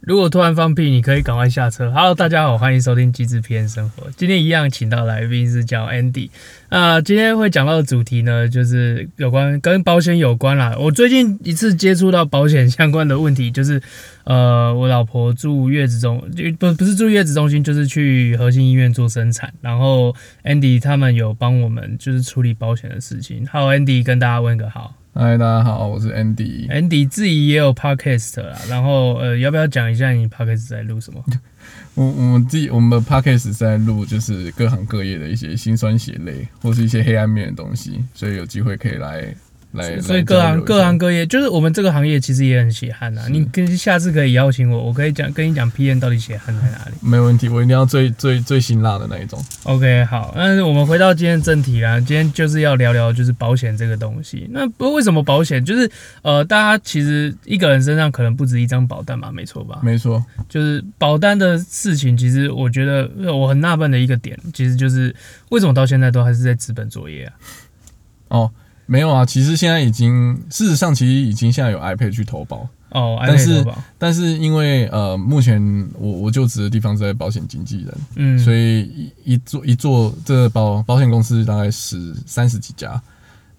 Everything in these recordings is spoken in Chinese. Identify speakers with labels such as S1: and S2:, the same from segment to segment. S1: 如果突然放屁，你可以赶快下车。Hello，大家好，欢迎收听《机智篇生活》。今天一样请到来宾是叫 Andy。那、今天会讲到的主题呢，就是有关跟保险有关啦。我最近一次接触到保险相关的问题，就是呃，我老婆住月子中，就不不是住月子中心，就是去核心医院做生产。然后 Andy 他们有帮我们就是处理保险的事情。Hello，Andy 跟大家问个好。
S2: 嗨，大家好，我是 Andy。
S1: Andy 自己也有 podcast 啦，然后呃，要不要讲一下你 podcast 在录什么？
S2: 我我们自己我们的 podcast 是在录就是各行各业的一些辛酸血泪，或是一些黑暗面的东西，所以有机会可以来来。
S1: 所以
S2: 来
S1: 各
S2: 交
S1: 行
S2: 流一下
S1: 各行各业，就是我们这个行业其实也很血汗呐、啊
S2: 是
S1: 你跟下次可以邀请我，我可以讲跟你讲 P N 到底血汗在 哪里。
S2: 没问题，我一定要最最最辛辣的那一种。
S1: OK，好，那我们回到今天正题啦。今天就是要聊聊就是保险这个东西。那不为什么保险？就是呃，大家其实一个人身上可能不止一张保单嘛，没错吧？
S2: 没错，
S1: 就是保单的事情，其实我觉得呃我很纳闷的一个点，其实就是为什么到现在都还是在资本作业啊？
S2: 哦，没有啊，其实现在已经，事实上其实已经现在有 iPad 去投保，
S1: 哦，
S2: 但是
S1: 安内投保
S2: 但是因为呃，目前我我就职的地方是在保险经纪人，
S1: 嗯，
S2: 所
S1: 以
S2: 以一一做一做这个保保险公司大概十三十几家，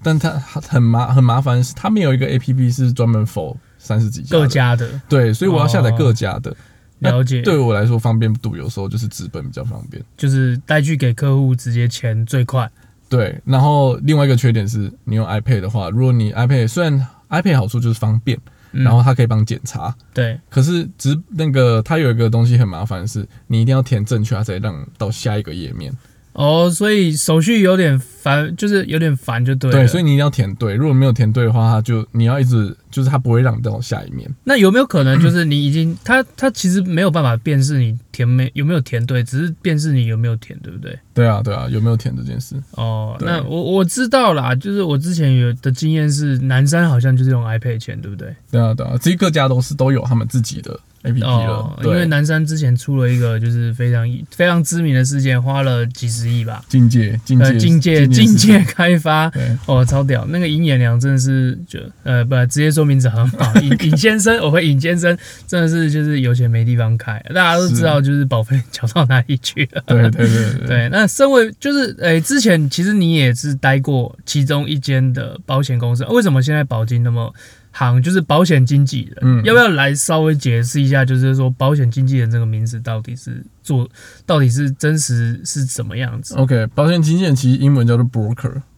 S2: 但它它很麻很麻烦，是他们有一个 A P P 是专门否三十几家的
S1: 各家哦的
S2: 对，所以我要下载各家的，那
S1: 了解，
S2: 对我来说方便度有时候就是资本比较方便。
S1: 就是带去给客户直接签最快。
S2: 对，然后另外一个缺点是你用 iPad 的话，如果你 iPad 虽然 iPad 好处就是方便，
S1: 嗯
S2: 然后它可以帮你检查，
S1: 对，
S2: 可是只那个它有一个东西很麻烦，是你一定要填正确，它才让你到下一个页面。
S1: 哦，所以手续有点烦，就是有点烦就对了。
S2: 对，所以
S1: 以
S2: 你一定要填对。如果没有填对的话，它就你要一直就是它不会让你到下一面。
S1: 那有没有可 能就是你已经他他其实没有办法辨识你填没有没有填对，只是辨识你有没有填，对不对？
S2: 对啊，对啊，有没有填这件事？
S1: 哦，
S2: 对
S1: 那我我知道啦，就是我之前有的经验是，南山好像就是用 iPad 钱，对不对？
S2: 对啊，对啊，其实各家都是都有他们自己的 APP 了。
S1: 哦，因为
S2: 对，
S1: 南山之前出了一个就是非常非常知名的事件，花了几十亿吧，
S2: 境界，境
S1: 呃，
S2: 界，
S1: 境界
S2: 是
S1: 境界。开发。
S2: 对，
S1: 哦，超屌！那个尹衍良真的是就呃，不直接说名字很好，尹尹先生，我会尹先生真的是就是有钱没地方开，大家都知道就是保 费缴到哪里去了。
S2: 对对对对 对
S1: 对，那身为就是诶、之前其实你也是待过其中一间的保险公司，啊为什么现在保金那么行？就是保险经纪人，
S2: 嗯
S1: 要不要来稍微解释一下？就是说保险经纪人这个名字到底是做，到底是真实是怎么样子？
S2: OK，保险经纪人其实英文叫做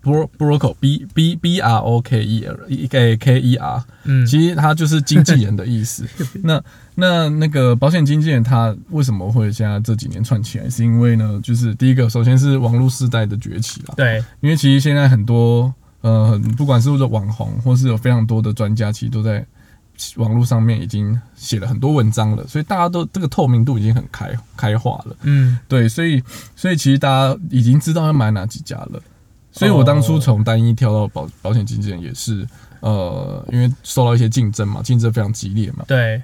S2: broker，bro broker，b b b r o k e r，k k e r，
S1: 嗯，
S2: 其实它就是经纪人的意思。那那那个保险经纪人他为什么会现在这几年串起来？是因为呢，就是第一个，首先是网络时代的崛起啦。
S1: 对，
S2: 因为其实现在很多呃，很不管是不是网红，或是有非常多的专家，其实都在网络上面已经写了很多文章了，所以大家都这个透明度已经很开开化了。
S1: 嗯，
S2: 对，所以所以其实大家已经知道要买哪几家了。所以我当初
S1: 哦
S2: 从单一跳到保保险经纪人也是，呃，因为受到一些竞争嘛，竞争非常激烈嘛，
S1: 对，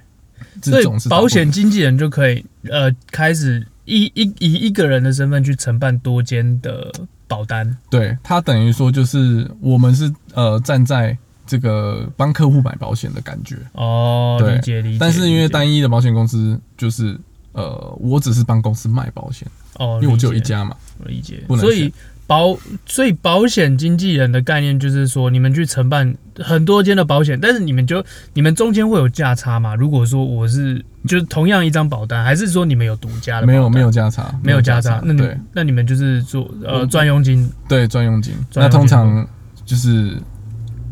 S1: 所
S2: 这
S1: 以
S2: 种是打
S1: 保
S2: 不
S1: 险经纪人就可以呃开始一一以一个人的身份去承办多间的保单，
S2: 对它等于说就是我们是呃站在这个帮客户买保险的感觉，
S1: 哦，
S2: 对
S1: 理解理解。
S2: 但是因
S1: 理
S2: 为
S1: 解
S2: 单一的保险公司就是呃，我只是帮公司卖保险，
S1: 哦，
S2: 因为我只有
S1: 理
S2: 一
S1: 解
S2: 家嘛，
S1: 我理解。
S2: 不能
S1: 所
S2: 选
S1: 以保，所以保险经纪人的概念就是说，你们去承办很多间的保险，但是你们就你们中间会有价差嘛？如果说我是就是同样一张保单，还是说你们有独家的保单？
S2: 没有没有价差，
S1: 没有价差，那你
S2: 对嗯
S1: 那你们就是做呃
S2: 我
S1: 赚佣金，
S2: 对专用金，
S1: 专用
S2: 那
S1: 金
S2: 通常就是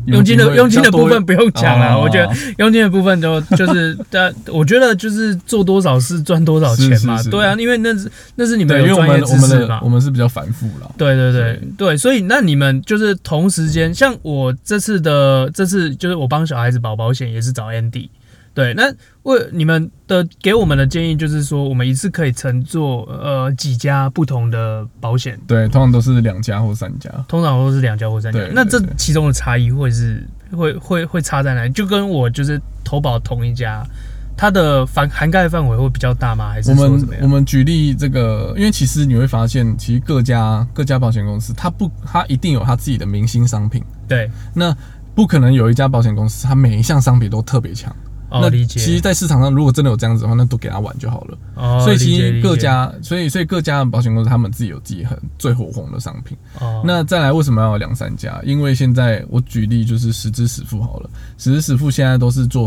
S1: 佣金的
S2: 会
S1: 佣金的
S2: 比较多
S1: 部分不用讲了，
S2: 哦
S1: 我觉得佣金的部分就 就是，但我觉得就是做多少事赚多少钱嘛，
S2: 是是是
S1: 对啊，因为那是那是你们
S2: 对，因为
S1: 有
S2: 我
S1: 专业
S2: 们我
S1: 知
S2: 们
S1: 识嘛
S2: 的我，们是比较反复了，
S1: 对对
S2: 所
S1: 对对，所以那你们就是同时间，像我这次的这次就是我帮小孩子保保险也是找 Andy，对，那为你们的给我们的建议就是说，我们一次可以乘坐呃几家不同的保险，
S2: 对，通常都是两家或三家，
S1: 通常都是两家或三家
S2: 对，对
S1: 那这
S2: 对
S1: 其中的差异会是会会会差在哪里？就跟我就是投保同一家，它的涵涵盖范围会比较大吗？还
S2: 我
S1: 是说怎
S2: 们
S1: 么
S2: 我
S1: 样？
S2: 们举例这个，因为其实你会发现，其实各家各家保险公司，它不它一定有它自己的明星商品，
S1: 对，
S2: 那不可能有一家保险公司，它每一项商品都特别强。
S1: 哦，
S2: 那
S1: 理解。
S2: 其实，在市场上如果真的有这样子的话，那都给他玩就好了。
S1: 哦，
S2: 所以其
S1: 理解
S2: 实
S1: 理
S2: 各
S1: 解
S2: 家，所以所以各家的保险公司他们自己有自己很最火红的商品。
S1: 哦，
S2: 那再来为什么要有两三家？因为现在我举例就是十支十付好了，十支十付现在都是做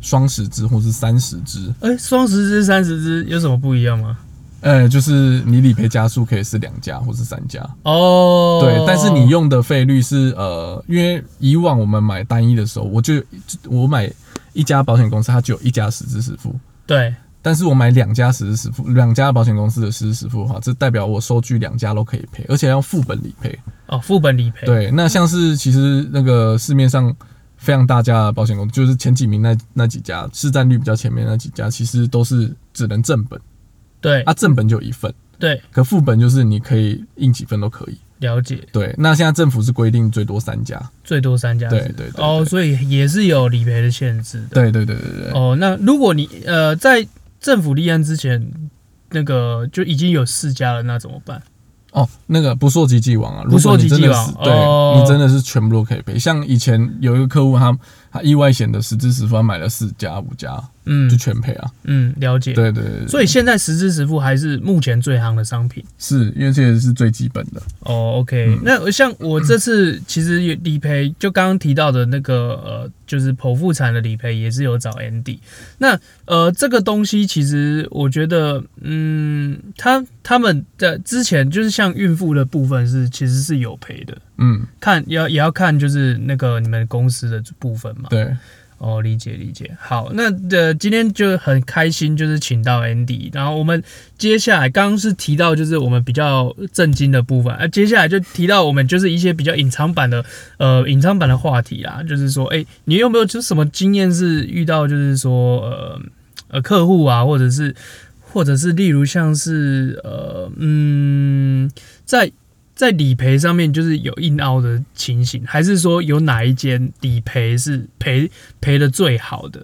S2: 双十支或是三十支，
S1: 哎，双十支、三十支有什么不一样吗？
S2: 呃，就是你理赔家数可以是两家或是三家，
S1: 哦，
S2: 对，但是你用的费率是呃，因为以往我们买单一的时候，我就我买一家保险公司，它只有一家十支十付。
S1: 对
S2: 但是我买两家实支实付，两家保险公司的实支实付的话，这代表我收据两家都可以赔，而且要副本理赔。
S1: 哦，副本理赔，
S2: 对，那像是其实那个市面上非常大家的保险公司，就是前几名那那几家，市占率比较前面那几家，其实都是只能正本，
S1: 对
S2: 啊，正本就有一份，
S1: 对，
S2: 可副本就是你可以印几份都可以。
S1: 了解，
S2: 对，那现在政府是规定最多三家。
S1: 最多三家是不
S2: 对
S1: 是，
S2: 对对
S1: 哦，所以也是有理赔的限制的。
S2: 对对对对对对，
S1: 哦，那如果你呃在政府立案之前，那个就已经有四家了，那怎么办？
S2: 哦，那个不溯及既往啊，
S1: 不溯及既往
S2: 如果你真的是对、
S1: 哦
S2: 你真的是全部都可以赔。像以前有一个客户他，他意外险的十支十付，他买了四家五家，
S1: 嗯
S2: 就全赔啊。
S1: 嗯，了解。
S2: 对对对对，
S1: 所以现在实支实付还是目前最行的商品。
S2: 是因为这个是最基本的。
S1: 哦，OK，、那
S2: 嗯
S1: 像我这次其实也理赔，就刚刚提到的那个呃，就是剖腹产的理赔也是有找 Andy。那呃，这个东西其实我觉得，嗯，他他们的之前就是像孕妇的部分是其实是有赔的，
S2: 嗯，
S1: 看要也要看就是那个你们公司的部分嘛。
S2: 对，
S1: 哦，理解理解。好，那呃，今天就很开心，就是请到 Andy，然后我们接下来刚刚是提到就是我们比较震惊的部分，啊，接下来就提到我们就是一些比较隐藏版的呃隐藏版的话题啦，就是说，哎、你有没有就是什么经验是遇到就是说呃呃客户啊，或者是或者是例如像是呃嗯在。在理赔上面，就是有硬凹的情形，还是说有哪一间理赔是赔赔的最好的，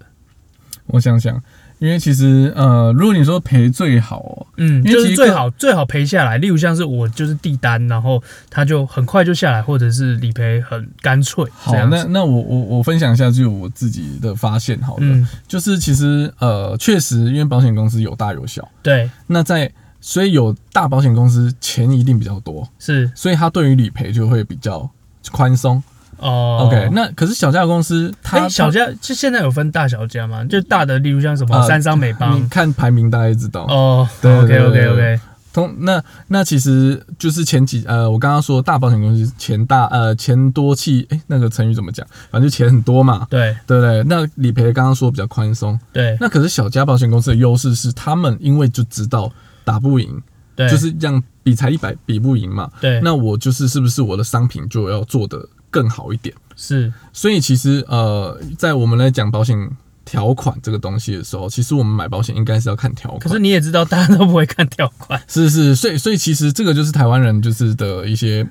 S2: 我想想，因为其实呃，如果你说赔最好、哦，
S1: 嗯，
S2: 因为
S1: 就
S2: 其
S1: 是
S2: 实
S1: 最
S2: 个
S1: 好最好赔下来。例如像是我就是地单，然后他就很快就下来，或者是理赔很干脆
S2: 好
S1: 这，样
S2: 那
S1: 子。
S2: 那我我我分享一下就我自己的发现好了，
S1: 嗯，
S2: 就是其实呃，确实因为保险公司有大有小，
S1: 对，
S2: 那在所以有大保险公司钱一定比较多。
S1: 是
S2: 所以他对于理赔就会比较宽松。
S1: 哦。
S2: OK，那可是小家公司它，
S1: 哎，小家就现在有分大小家吗？就大的，例如像什么
S2: 呃
S1: 三商美
S2: 它你
S1: 邦
S2: 看排名大概知道。
S1: 哦。
S2: 对对
S1: OK
S2: 对
S1: OK
S2: 对
S1: OK，
S2: 通那那其实就是前几呃，我刚刚说大保险公司钱大呃钱多气，哎、那个成语怎么讲？反正就钱很多嘛，
S1: 对
S2: 对不对？那理赔刚刚说比较宽松，
S1: 对
S2: 那可是小家保险公司的优势是他们因为就知道打不赢，
S1: 对，
S2: 就是这样比才一百比不赢嘛。
S1: 对，
S2: 那我就是是不是我的商品就要做得更好一点？
S1: 是
S2: 所以其实呃，在我们来讲保险条款这个东西的时候，其实我们买保险应该是要看条款。
S1: 可是你也知道，大家都不会看条款，
S2: 是是，所以所以其实这个就是台湾人就是的一些。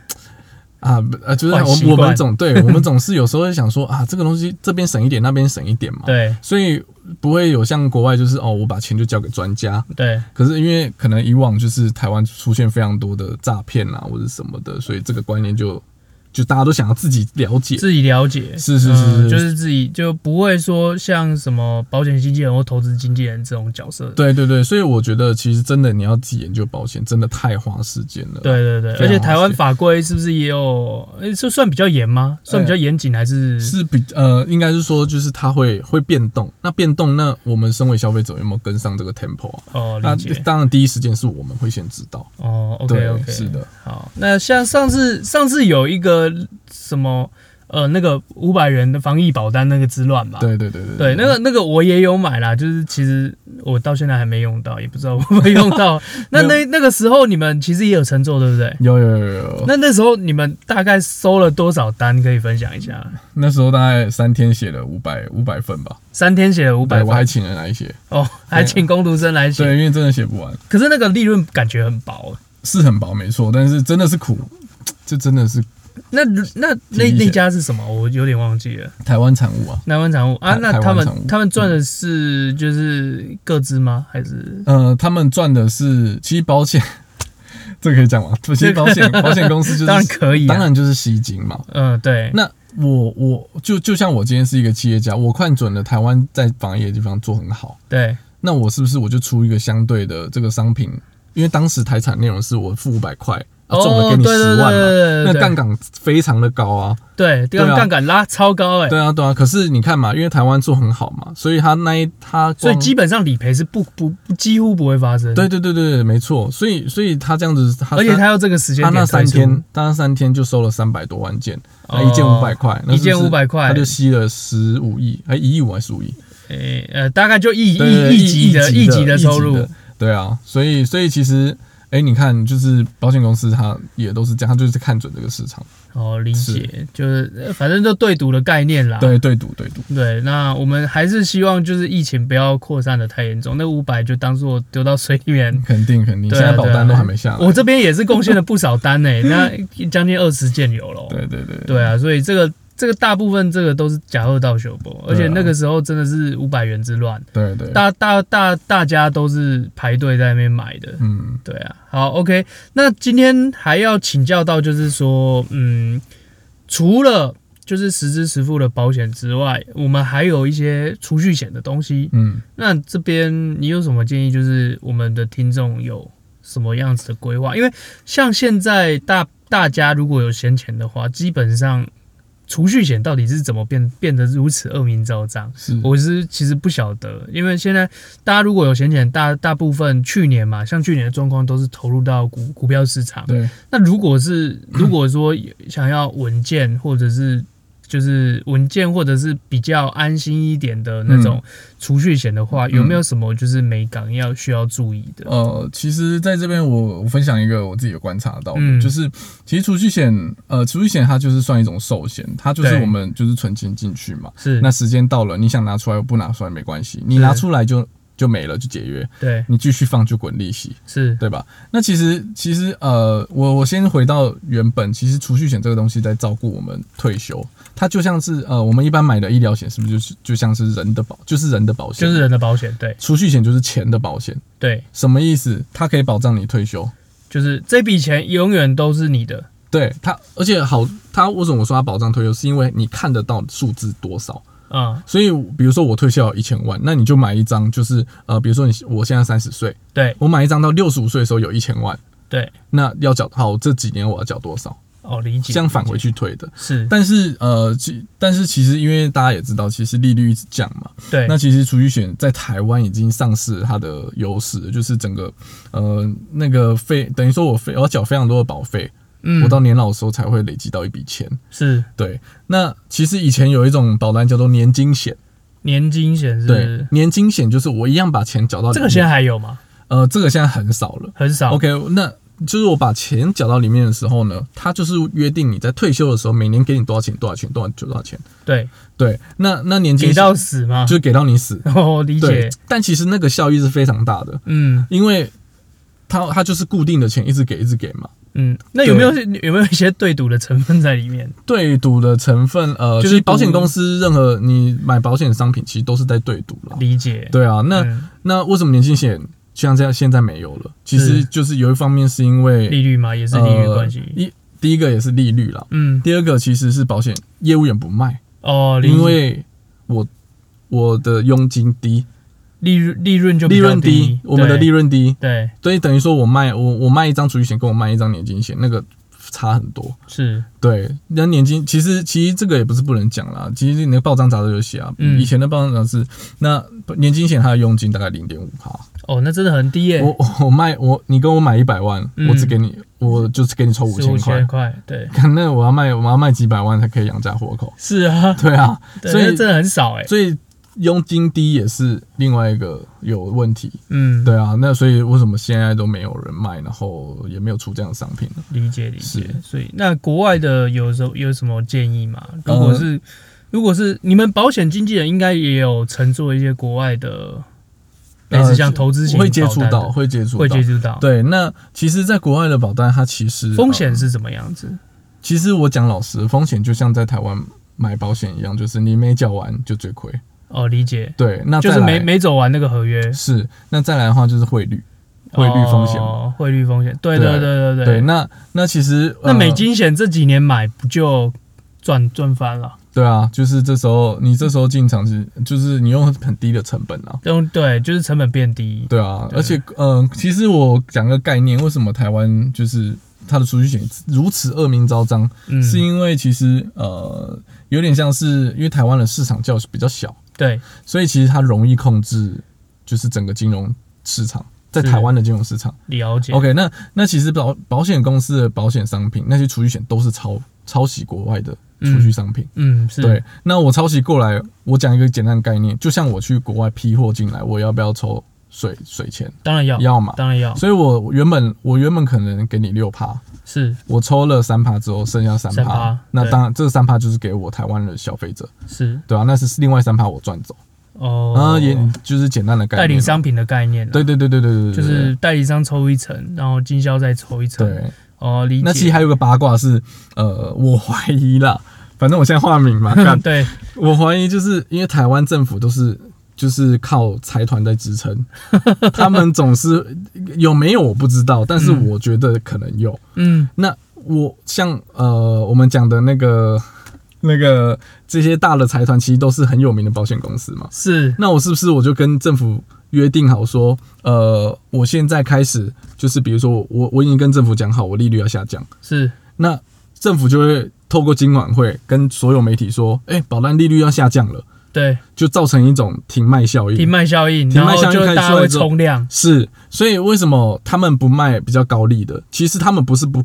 S2: 啊呃，就是
S1: 坏习
S2: 我
S1: 惯
S2: 我们 总对我们总是有时候会想说啊，这个东西这边省一点，那边省一点嘛，，
S1: 对
S2: 所以不会有像国外就是哦，我把钱就交给专家，
S1: 对
S2: 可是因为可能以往就是台湾出现非常多的诈骗啊或者什么的，所以这个观念就就大家都想要自己了解，
S1: 自己了解，
S2: 是是是
S1: 嗯
S2: 是
S1: 就是自己就不会说像什么保险经纪人或投资经纪人这种角色。
S2: 对对对，所以我觉得其实真的你要自己研究保险，真的太花时间了。，
S1: 对对对，
S2: 非
S1: 而
S2: 常
S1: 且台湾法规是不是也有？诶这算比较严吗？算比较严谨还是？
S2: 哎是比呃，应该是说就是它会会变动。那变动，那我们身为消费者有没有跟上这个 tempo 啊？
S1: 哦，
S2: 那
S1: 理解。
S2: 当然，第一时间是我们会先知道。
S1: 哦，OK
S2: 对
S1: OK，
S2: 是的。
S1: 好，那像上次上次有一个什么呃那个五百元的防疫保单那个之乱吧？
S2: 对对对对
S1: 对，那个那个我也有买啦，就是其实我到现在还没用到，也不知道会不会用 到。那那那个时候你们其实也有乘坐，对不对？
S2: 有有有有有，那
S1: 那那时候你们大概收了多少单？可以分享一下？
S2: 那时候大概三天写了五百五百份吧，
S1: 三天写了五
S2: 对
S1: 百
S2: 我还请人来写，
S1: 哦，还请工读生来写，
S2: 对，因为真的写不完，
S1: 可是那个利润感觉很薄。
S2: 是很薄没错，但是真的是苦，这真的是
S1: 那那那
S2: 挺明显
S1: 那家是什么？我有点忘记了。
S2: 台湾产物啊。
S1: 南湾产物啊，
S2: 台
S1: 那
S2: 台湾
S1: 他
S2: 产物
S1: 们他们赚的是就是各自吗？还是
S2: 呃，他们赚的是，其实保险， 这个可以讲吗？其实保险保险公司就是
S1: 当然可以啊
S2: 当然就是吸金嘛。
S1: 嗯对
S2: 那我我就就像我今天是一个企业家，我看准了台湾在防疫的地方做很好，
S1: 对
S2: 那我是不是我就出一个相对的这个商品？因为当时台产内容是我付五百块，啊
S1: 哦
S2: 中了给你
S1: 对对
S2: 十万
S1: 对对对
S2: 嘛，
S1: 对
S2: 那杠杆非常的高啊。
S1: 对，这
S2: 对
S1: 个
S2: 啊
S1: 杠杆拉超高哎、
S2: 对啊，对啊。可是你看嘛，因为台湾做很好嘛，所以他那一他
S1: 所以
S2: 光
S1: 基本上理赔是不不不几乎不会发生。
S2: 对，对对对对，没错。所以所以他这样子，他
S1: 而且他要这个时间
S2: 他
S1: 点
S2: 那三
S1: 推出
S2: 天，他那三天就收了三百多万件，那一件
S1: 哦
S2: 五百块，那
S1: 一
S2: 是不
S1: 件
S2: 是
S1: 500块
S2: 他就吸了十五亿，哎，一亿五还是十五亿？
S1: 诶呃，大概就一
S2: 对对
S1: 一一级的
S2: 一
S1: 级
S2: 的
S1: 的收
S2: 一级
S1: 入
S2: 的，对啊，所以所以其实，哎、你看，就是保险公司它也都是这样，它就是看准这个市场，
S1: 哦，理解，就是呃反正就对赌的概念啦。
S2: 对对赌对赌，
S1: 对，那我们还是希望就是疫情不要扩散的太严重，那五百就当做丢到水里 面。
S2: 肯定肯定，
S1: 对啊
S2: 现在保单
S1: 对
S2: 都
S1: 啊
S2: 还没下来，
S1: 我这边也是贡献了不少单诶、那将近二十件有咯。
S2: 对对对
S1: 对啊，所以这个这个大部分这个都是假二到修
S2: 啊
S1: 波，而且那个时候真的是五百元之乱，
S2: 对对，
S1: 大大大大家都是排队在那边买的。
S2: 嗯，
S1: 对啊，好，OK，那今天还要请教到就是说，嗯，除了就是实支实付的保险之外，我们还有一些储蓄险的东西。
S2: 嗯，
S1: 那这边你有什么建议？就是我们的听众有什么样子的规划？因为像现在大大家如果有闲钱的话，基本上储蓄险到底是怎么变变得如此恶名昭彰？
S2: 是，
S1: 我是其实不晓得，因为现在大家如果有闲钱，大大部分去年嘛，像去年的状况都是投入到股股票市场。
S2: 对
S1: 那如果是如果说想要稳健或者是就是稳健或者是比较安心一点的
S2: 嗯
S1: 那种储蓄险的话，有没有什么就是美港要需要注意的？
S2: 呃，其实在这边我我分享一个我自己有观察到的，
S1: 嗯
S2: 就是其实储蓄险，呃，储蓄险它就是算一种寿险，它就是
S1: 对
S2: 我们就是存钱进去嘛，
S1: 是，
S2: 那时间到了，你想拿出来不拿出来没关系，你
S1: 是
S2: 拿出来就就没了，就解约，
S1: 对，
S2: 你继续放就滚利息，
S1: 是，
S2: 对吧？那其实其实呃，我我先回到原本，其实储蓄险这个东西在照顾我们退休，它就像是呃我们一般买的医疗险，是不是就是就像是人的保，就是人的保险，
S1: 就是人的保险，对
S2: 储蓄险就是钱的保险，
S1: 对，
S2: 什么意思？它可以保障你退休。
S1: 就是这笔钱永远都是你的，
S2: 对它，而且好，它为什么我说它保障退休，是因为你看得到数字多少。
S1: 嗯，
S2: 所以，比如说我退休有一千万，那你就买一张，就是呃，比如说你我现在三十岁，
S1: 对
S2: 我买一张到六十五岁的时候有一千万，
S1: 对，
S2: 那要缴好这几年我要缴多少？
S1: 哦，理解，
S2: 这样返回去退的。
S1: 是，
S2: 但是呃，其但是其实因为大家也知道，其实利率一直降嘛，
S1: 对，
S2: 那其实储蓄险在台湾已经丧失了它的优势，就是整个呃那个费，等于说我费我要缴非常多的保费，
S1: 嗯
S2: 我到年老的时候才会累积到一笔钱。
S1: 是
S2: 对，那其实以前有一种保单叫做年金险，
S1: 年金险是不
S2: 对
S1: 是，？
S2: 年金险就是我一样把钱缴到里
S1: 这
S2: 面
S1: 个现在还有吗？
S2: 呃这个现在很少了。
S1: 很少。
S2: OK，那就是我把钱缴到里面的时候呢，它就是约定你在退休的时候每年给你多少钱，多少钱，多少多少钱。
S1: 对，
S2: 对，那那年金
S1: 给到死嘛，
S2: 就是给到你死。
S1: 哦，理
S2: 对
S1: 解，，
S2: 但其实那个效益是非常大的，
S1: 嗯
S2: 因为它它就是固定的钱一直给一直给嘛。
S1: 嗯。那有没有 有没有一些对赌的成分在里面？
S2: 对赌的成分，呃，
S1: 就是
S2: 其实保险
S1: 赌
S2: 公司任何你买保险商品，其实都是在对赌了。
S1: 理解，
S2: 对啊，那、
S1: 嗯
S2: 那为什么年金险像这样现在没有了？其实
S1: 是
S2: 就是有一方面是因为
S1: 利率嘛，也是利率关
S2: 呃
S1: 系。
S2: 一第一个也是利率啦，
S1: 嗯，
S2: 第二个其实是保险业务员不卖，
S1: 哦，理解
S2: 因为我我的佣金低，
S1: 利润利润就比
S2: 利
S1: 较
S2: 润低
S1: 低，，
S2: 我们的
S1: 对
S2: 利润低，
S1: 对
S2: 所以等于说我卖我我卖一张储蓄险跟我卖一张年金险那个差很多。
S1: 是，
S2: 对，那年金其实其实这个也不是不能讲啦，其实你的报章杂志有写啊，
S1: 嗯
S2: 以前的报章杂志，那年金险它的佣金大概零点五趴，
S1: 哦，那真的很低耶，
S2: 我我我卖我你跟我买一百万，
S1: 嗯
S2: 我只给你我就是给你抽五
S1: 十五
S2: 千块
S1: 千，块，对，
S2: 看 那我要卖我要卖几百万才可以养家糊口，
S1: 是啊，
S2: 对啊，
S1: 对
S2: 所
S1: 那
S2: 以
S1: 真的很少哎，
S2: 所以佣金低也是另外一个有问题，
S1: 嗯，
S2: 对啊，那所以为什么现在都没有人卖，然后也没有出这样的商品呢？
S1: 理解理解
S2: 是。
S1: 所以那国外的有时候有什么建议吗？
S2: 呃
S1: 如果是、如果是你们保险经纪人应该也有乘坐一些国外的，类似像投资型
S2: 呃我会接触
S1: 保单
S2: 到，
S1: 的
S2: 会接触
S1: 会
S2: 到
S1: 接。触到。
S2: 对，那其实，在国外的保单，它其实
S1: 风险、
S2: 呃
S1: 是怎么样子？
S2: 其实我讲老实，风险就像在台湾买保险一样，就是你没缴完就最亏。
S1: 哦，理解，
S2: 对，那
S1: 就
S2: 再
S1: 是
S2: 来
S1: 没没走完那个合约，
S2: 是，那再来的话就是汇率，汇率风险嘛。
S1: 哦，汇率风险，对
S2: 对
S1: 对对对
S2: 对，那那其实
S1: 那
S2: 呃
S1: 美金险这几年买不就赚赚翻了。
S2: 对啊，就是这时候你这时候进场是，就是你用很低的成本啊。
S1: 用对，就是成本变低。
S2: 对啊，
S1: 对
S2: 而且嗯、呃其实我讲个概念，为什么台湾就是它的储蓄险如此恶名昭彰，
S1: 嗯，
S2: 是因为其实呃有点像是因为台湾的市场较比较小，
S1: 对，
S2: 所以其实它容易控制就是整个金融市场，在
S1: 是
S2: 台湾的金融市场。
S1: 了解。
S2: OK，那那其实保保险公司的保险商品那些储蓄险都是抄抄袭国外的储蓄商品。
S1: 嗯，是，
S2: 对，那我抄袭过来，我讲一个简单的概念，就像我去国外批货进来，我要不要抽水水钱？
S1: 当然要，
S2: 要嘛。
S1: 当然要，
S2: 所以我原本我原本可能给你六趴，
S1: 是
S2: 我抽了三趴之后，剩下三
S1: 3%
S2: 趴，那
S1: 对
S2: 当然这三趴就是给我台湾的消费者，
S1: 是
S2: 对啊，那是另外三趴我赚走，然
S1: 哦
S2: 后，也就是简单的概念。
S1: 代理，商品的概念啊，
S2: 对对对对对对，对
S1: 就是代理商抽一层，然后经销再抽一层。
S2: 对。
S1: 哦，理解。
S2: 那其实还有个八卦是，呃，我怀疑啦， 反正我现在化名 嘛，干
S1: 嗯对，
S2: 我怀疑就是因为台湾政府都是就是靠财团在 支撑，他们总是有没有我不知道，但是
S1: 嗯
S2: 我觉得可能有。
S1: 嗯，
S2: 那我像呃，我们讲的那个那个这些大的财团，其实都是很有名的保险公司嘛。
S1: 是
S2: 那我是不是我就跟政府约定好说，呃，我现在开始就是比如说我我我已经跟政府讲好，我利率要下降，
S1: 是，
S2: 那政府就会透过金管会跟所有媒体说，哎、保单利率要下降了，
S1: 对，
S2: 就造成一种停卖效应。
S1: 停卖效应，
S2: 嗯停
S1: 然
S2: 卖
S1: 后
S2: 效应
S1: 就
S2: 开始
S1: 大家
S2: 出来
S1: 会
S2: 之后
S1: 冲量，
S2: 是，所以为什么他们不卖比较高利的？其实他们不是不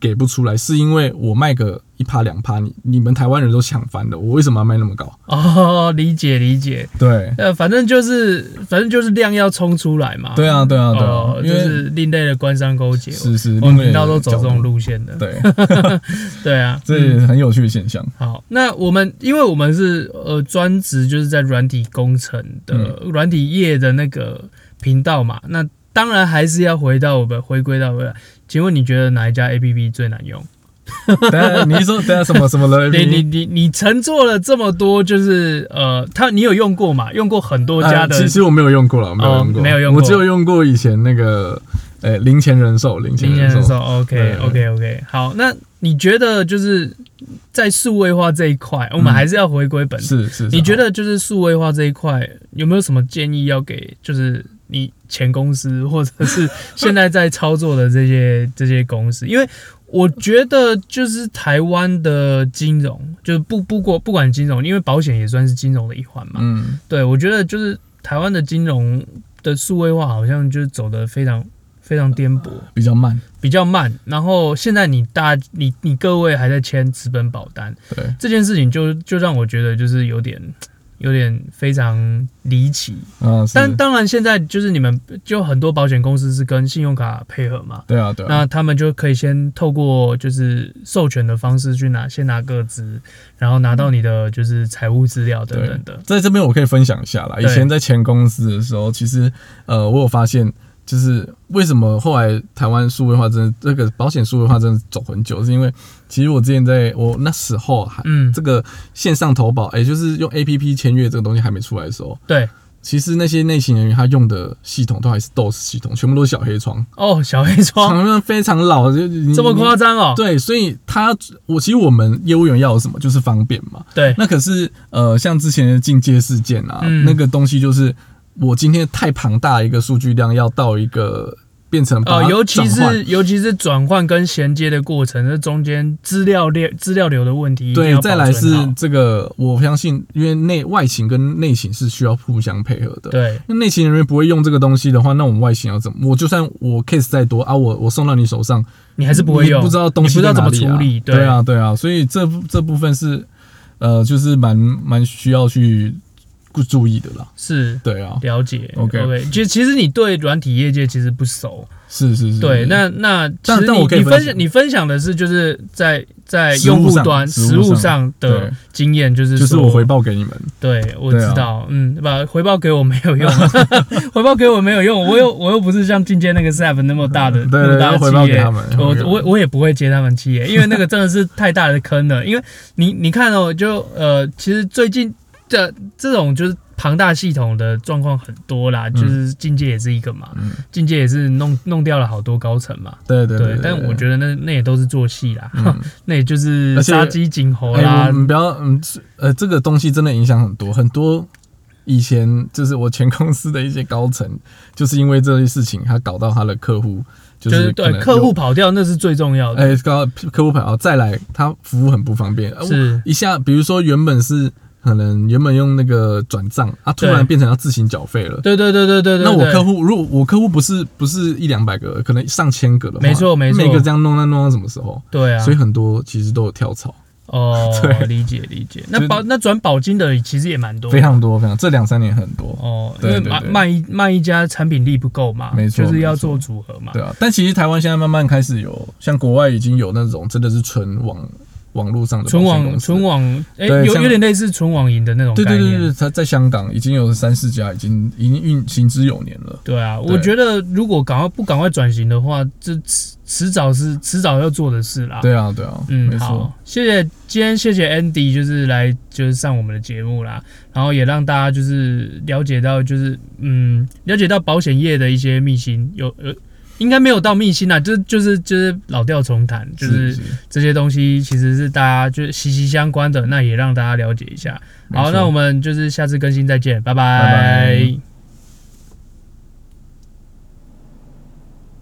S2: 给不出来，是因为我卖个一趴两趴，你你们台湾人都抢翻了，我为什么要卖那么高？
S1: 哦， 理解理解。
S2: 对，啊
S1: 呃，反正就是，反正就是量要冲出来嘛。
S2: 对啊，对啊，对啊
S1: 哦，，
S2: 因
S1: 就
S2: 为
S1: 是另类的官商勾结。哦
S2: 是是，
S1: 我们
S2: 另类
S1: 频道都
S2: 的
S1: 走
S2: 角
S1: 这种
S2: 度，
S1: 路线的。
S2: 对，
S1: 对啊，
S2: 这
S1: 嗯
S2: 也很有趣的现 象。
S1: 好，那我们因为我们是呃专职就是在软体工程的
S2: 嗯
S1: 软、体业的那个频道嘛，那当然还是要回到我们回归到回来。请问你觉得哪一家 A P P 最难用？
S2: 等下啊你是说等下什么什么了？
S1: 你你你你乘坐了这么多，就是呃，它你有用过嘛？用过很多家的，
S2: 呃其实我没有用过了，我没有
S1: 哦
S2: 用过，
S1: 没有用过
S2: 我只有用过以前那个，呃，零钱人寿，零钱
S1: 零钱人
S2: 人
S1: 寿
S2: 寿，
S1: ，OK
S2: 对
S1: OK OK，好，那你觉得就是在数位化这一块，我们
S2: 嗯
S1: 还是要回归本质。
S2: 是是。
S1: 你
S2: 是
S1: 觉得就是数位化这一块有没有什么建议要给？就是你前公司或者是现在在操作的这些 这些公司，因为我觉得就是台湾的金融，就是不不过不管金融，因为保险也算是金融的一环嘛。
S2: 嗯，
S1: 对，我觉得就是台湾的金融的数位化好像就是走的非常非常颠簸，
S2: 比较慢，
S1: 比较慢。然后现在你大你你各位还在签资本保单，
S2: 对，
S1: 这件事情就就让我觉得就是有点有点非常离奇。
S2: 嗯，是
S1: 但当然现在就是你们就很多保险公司是跟信用卡配合嘛。
S2: 对啊，对啊
S1: 那，他们就可以先透过就是授权的方式去拿，先拿个资，然后拿到你的就是财务资料等等的。
S2: 在这边我可以分享一下啦。以
S1: 对
S2: 前在前公司的时候，其实呃，我有发现，就是为什么后来台湾数位化真的这个保险数位化真的走很久，是因为其实我之前在我那时候还、
S1: 嗯，
S2: 这个线上投保，哎、就是用 A P P 签约这个东西还没出来的时候，
S1: 对。
S2: 其实那些内勤人员他用的系统都还是 DOS 系统，全部都是小黑窗，
S1: 哦，小黑 窗
S2: 常常非常老，就
S1: 这么夸
S2: 张。
S1: 张哦？
S2: 对，所以他我其实我们业务员要的什么就是方便嘛。
S1: 对
S2: 那可是呃，像之前的进阶事件啊，
S1: 嗯
S2: 那个东西就是我今天太庞大的一个数据量，要到一个变成把
S1: 呃，
S2: 它
S1: 尤其
S2: 转换
S1: 是尤其是转换跟衔接的过程，这中间资料链资料流的问题一定
S2: 对，
S1: 要
S2: 再
S1: 保
S2: 来
S1: 存好
S2: 是这个，我相信因为内外勤跟内勤是需要互相配合的。。
S1: 对
S2: 那内勤人员不会用这个东西的话，那我们外勤要怎么？我就算我 case 再多啊，我我送到你手上，
S1: 你还是不会用，
S2: 你不知道东西
S1: 你不知道
S2: 在
S1: 怎
S2: 哪
S1: 么
S2: 里啊
S1: 处理，
S2: 对，啊，对啊，所以这这部分是呃，就是蛮蛮需要去注注意的啦。
S1: 是
S2: 对啊，
S1: 了解。
S2: OK
S1: OK，其实其实你对软体业界其实不熟，
S2: 是是是。
S1: 对，
S2: 是
S1: 那那其
S2: 但
S1: 实
S2: 但
S1: 你
S2: 我可以
S1: 你
S2: 分
S1: 分
S2: 享
S1: 享你分享的是就是在在
S2: 实物
S1: 用户
S2: 上
S1: 端
S2: 实物
S1: 实物
S2: 上
S1: 上的
S2: 对
S1: 经验，就是
S2: 就是
S1: 说
S2: 我回报给你们。
S1: 对，我
S2: 对
S1: 知
S2: 啊
S1: 道，嗯，把回报给我没有用， 回报给我没有用，我又我又不是像进阶那个 SAP 那么大的，
S2: 嗯对
S1: 那么大的
S2: 要
S1: 企
S2: 回
S1: 业，
S2: 报给他们
S1: 我
S2: 回报给他们
S1: 我我也不会接他们企 业，因为那个真的是太大的坑了，因为你你看哦，就呃，其实最近的这种就是。庞大系统的状况很多啦，
S2: 嗯
S1: 就是境界也是一个嘛，
S2: 嗯
S1: 境界也是弄弄掉了好多高层嘛。
S2: 对对
S1: 对
S2: 对，，
S1: 但我
S2: 得。
S1: 觉得那那也都是做戏啦，
S2: 嗯
S1: 那也就是
S2: 而且
S1: 杀鸡儆猴
S2: 哎，
S1: 啦
S2: 我，们不要，嗯，是呃，这个东西真的影响很多很多。以前就是我前公司的一些高层，就是因为这些事情，他搞到他的客户，就
S1: 就是是
S2: 可
S1: 对
S2: 能
S1: 客户
S2: 有，
S1: 跑掉那是最重要的，
S2: 哎，搞到客户朋友再来，他服务很不方便。呃
S1: 是
S2: 一下，比如说原本是可能原本用那个转账，啊，突然
S1: 对
S2: 变成要自行缴费了。
S1: 对对对对对对。
S2: 那我
S1: 对
S2: 客户，如果我客户不是不是一两百个，可能上千个的话，
S1: 没错没错
S2: 每个这样弄，那弄到什么时候？
S1: 对啊
S2: 所以，很多其实都有跳槽，
S1: 哦
S2: 对，
S1: 理解理解。
S2: 就
S1: 那
S2: 是
S1: 保那转保金的其实也蛮多的，
S2: 啊非常多非常，这两三年很多。
S1: 哦，因
S2: 对
S1: 为
S2: 对
S1: 卖
S2: 对
S1: 卖一卖一家产品力不够嘛，
S2: 没错
S1: 就是要
S2: 没错
S1: 做组合嘛。
S2: 对啊，但其实台湾现在慢慢开始有，像国外已经有那种真的是纯网网络上的
S1: 纯
S2: 保险
S1: 网
S2: 公司
S1: 纯，网，哎、
S2: 对
S1: 有
S2: 像
S1: 有点类似纯网银的那种概
S2: 对对
S1: 念。
S2: 对对，它在香港已经有三四家，已经已经运行之有年了。
S1: 对啊，
S2: 对
S1: 我觉得如果赶快不赶快转型的话，这迟迟早是迟早要做的事啦。，
S2: 对啊对啊，没
S1: 嗯，
S2: 错
S1: 好，，谢谢今天谢谢 Andy，就是来就是上我们的节目啦，然后也让大家就是了解到就是嗯了解到保险业的一些秘辛，有呃应该没有到秘辛啦，就是就是就是老调重弹，就是
S2: 是
S1: 这些东西其实是大家就是息息相关的，那也让大家了解一下。
S2: 没
S1: 好，
S2: 错
S1: 那我们就是下次更新再见，拜
S2: 拜拜